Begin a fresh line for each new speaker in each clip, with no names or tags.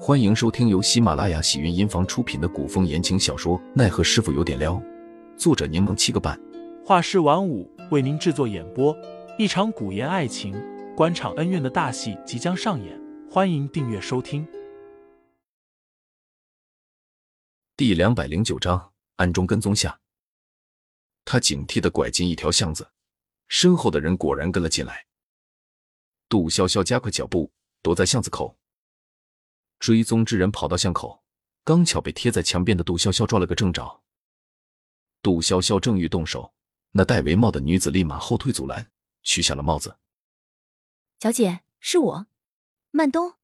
欢迎收听由喜马拉雅喜云音房出品的古风言情小说《奈何师傅有点撩》，作者柠檬七个半，
画师晚舞为您制作演播。一场古言爱情、官场恩怨的大戏即将上演，欢迎订阅收听。
第两百零九章暗中跟踪下，他警惕的拐进一条巷子，身后的人果然跟了进来。杜潇潇加快脚步，躲在巷子口。追踪之人跑到巷口，刚巧被贴在墙边的杜潇潇抓了个正着。杜潇潇正欲动手，那戴围帽的女子立马后退阻拦，取下了帽子。
小姐，是我，曼东。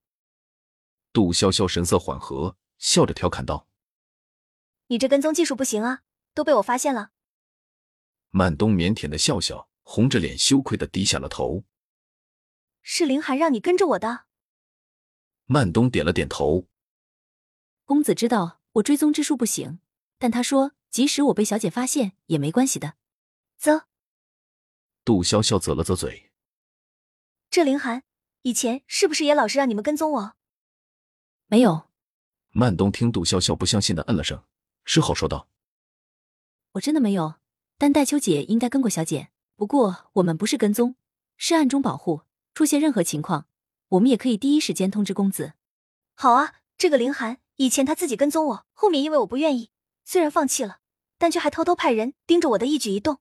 杜潇潇神色缓和，笑着调侃道
你这跟踪技术不行啊，都被我发现了。：“
曼东腼腆的笑笑，红着脸羞愧的低下了头。
是凌寒让你跟着我的。”
曼东点了点头。
公子知道我追踪之术不行，但他说即使我被小姐发现也没关系的。啧，
杜潇潇啧了啧嘴，
这凌寒以前是不是也老是让你们跟踪我？没有，
曼东听杜潇潇不相信的嗯了声，事后说道
我真的没有。但戴秋姐应该跟过小姐，不过我们不是跟踪，是暗中保护。出现任何情况，我们也可以第一时间通知公子。好啊，这个凌寒以前他自己跟踪我，后面因为我不愿意，虽然放弃了，但却还偷偷派人盯着我的一举一动。：“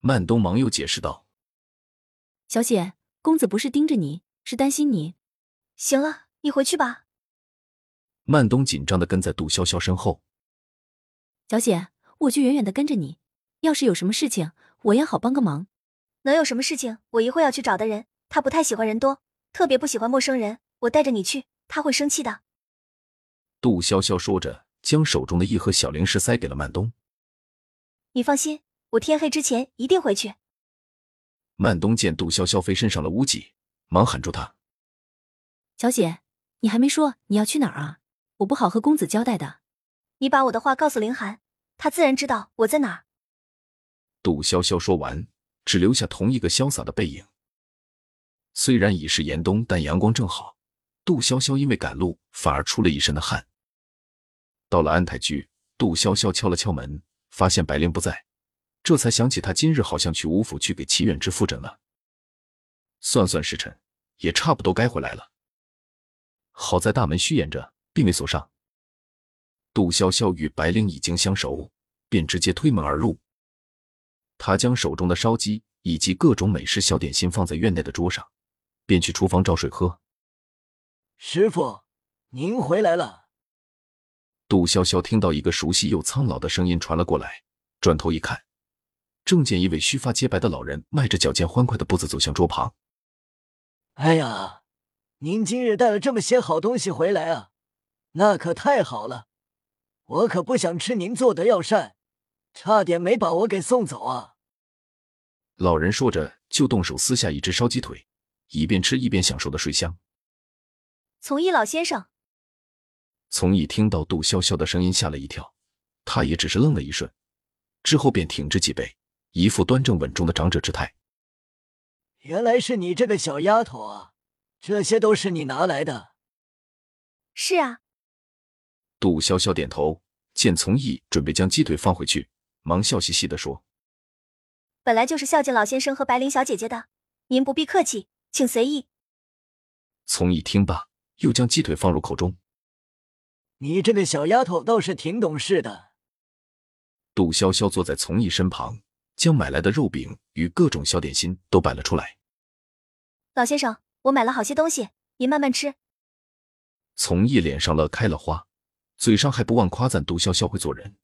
曼东忙又解释道。
小姐，公子不是盯着你，是担心你。行了，你回去吧。”
曼东紧张的跟在杜潇潇身后。
小姐，我就远远的跟着你，要是有什么事情，我也好帮个忙。能有什么事情？我一会要去找的人，他不太喜欢人多，特别不喜欢陌生人。我带着你去，他会生气的。
杜潇潇说着，将手中的一盒小零食塞给了曼东。
你放心，我天黑之前一定回去。
曼东见杜潇潇飞身上了屋脊，忙喊住她。
小姐，你还没说你要去哪儿啊？我不好和公子交代的。你把我的话告诉凌寒，他自然知道我在哪儿。
杜潇潇说完，只留下同一个潇洒的背影。虽然已是严冬，但阳光正好。杜潇潇因为赶路，反而出了一身的汗。到了安泰居，杜潇潇敲了敲门，发现白灵不在，这才想起她今日好像去吴府去给齐远之复诊了。算算时辰，也差不多该回来了。好在大门虚掩着，并未锁上。杜潇潇与白灵已经相熟，便直接推门而入。他将手中的烧鸡以及各种美食小点心放在院内的桌上，便去厨房找水喝。
师傅，您回来了。
杜潇潇听到一个熟悉又苍老的声音传了过来，转头一看，正见一位须发皆白的老人迈着矫健欢快的步子走向桌旁。
哎呀，您今日带了这么些好东西回来啊，那可太好了。我可不想吃您做的药膳，差点没把我给送走啊。
老人说着，就动手撕下一只烧鸡腿，一边吃一边享受的睡香。
从医老先生，
从一听到杜潇潇的声音，吓了一跳，他也只是愣了一瞬，之后便挺直脊背，一副端正稳重的长者之态。
原来是你这个小丫头啊，这些都是你拿来的。
是啊，
杜潇潇点头，见从义准备将鸡腿放回去，忙笑嘻嘻地说
本来就是孝敬老先生和白灵小姐姐的，您不必客气，请随意。：“
从义听罢，又将鸡腿放入口中。
你这个小丫头倒是挺懂事的。”
杜潇潇坐在从义身旁，将买来的肉饼与各种小点心都摆了出来。
老先生，我买了好些东西，您慢慢吃。
从义脸上乐开了花，嘴上还不忘夸赞杜潇潇会做人。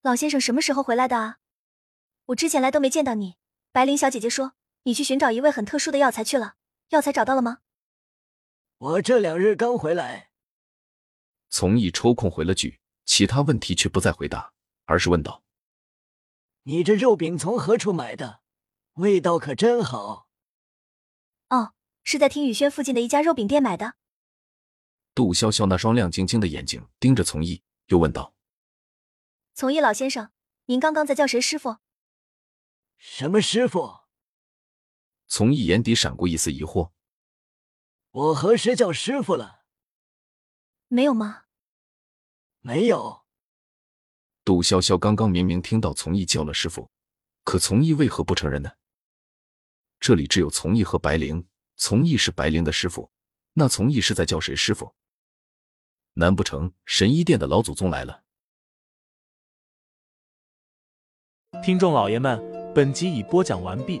老先生什么时候回来的啊？我之前来都没见到你。白灵小姐姐说，你去寻找一味很特殊的药材去了，药材找到了吗？
我这两日刚回来，
从义抽空回了句，其他问题却不再回答，而是问道
你这肉饼从何处买的？味道可真好。
是在听雨轩附近的一家肉饼店买的。：“
杜潇潇那双亮晶晶的眼睛盯着从义，又问道
从医老先生，您刚刚在叫谁师傅？
什么师傅？：‘
从义眼底闪过一丝疑惑。’
我何时叫师傅了？
没有吗？
没有，
杜潇潇刚刚明明听到从义叫了师傅，可从义为何不承认呢？这里只有从义和白灵，从义是白灵的师傅，那从义是在叫谁师傅？难不成神医殿的老祖宗来了？
听众老爷们，本集已播讲完毕，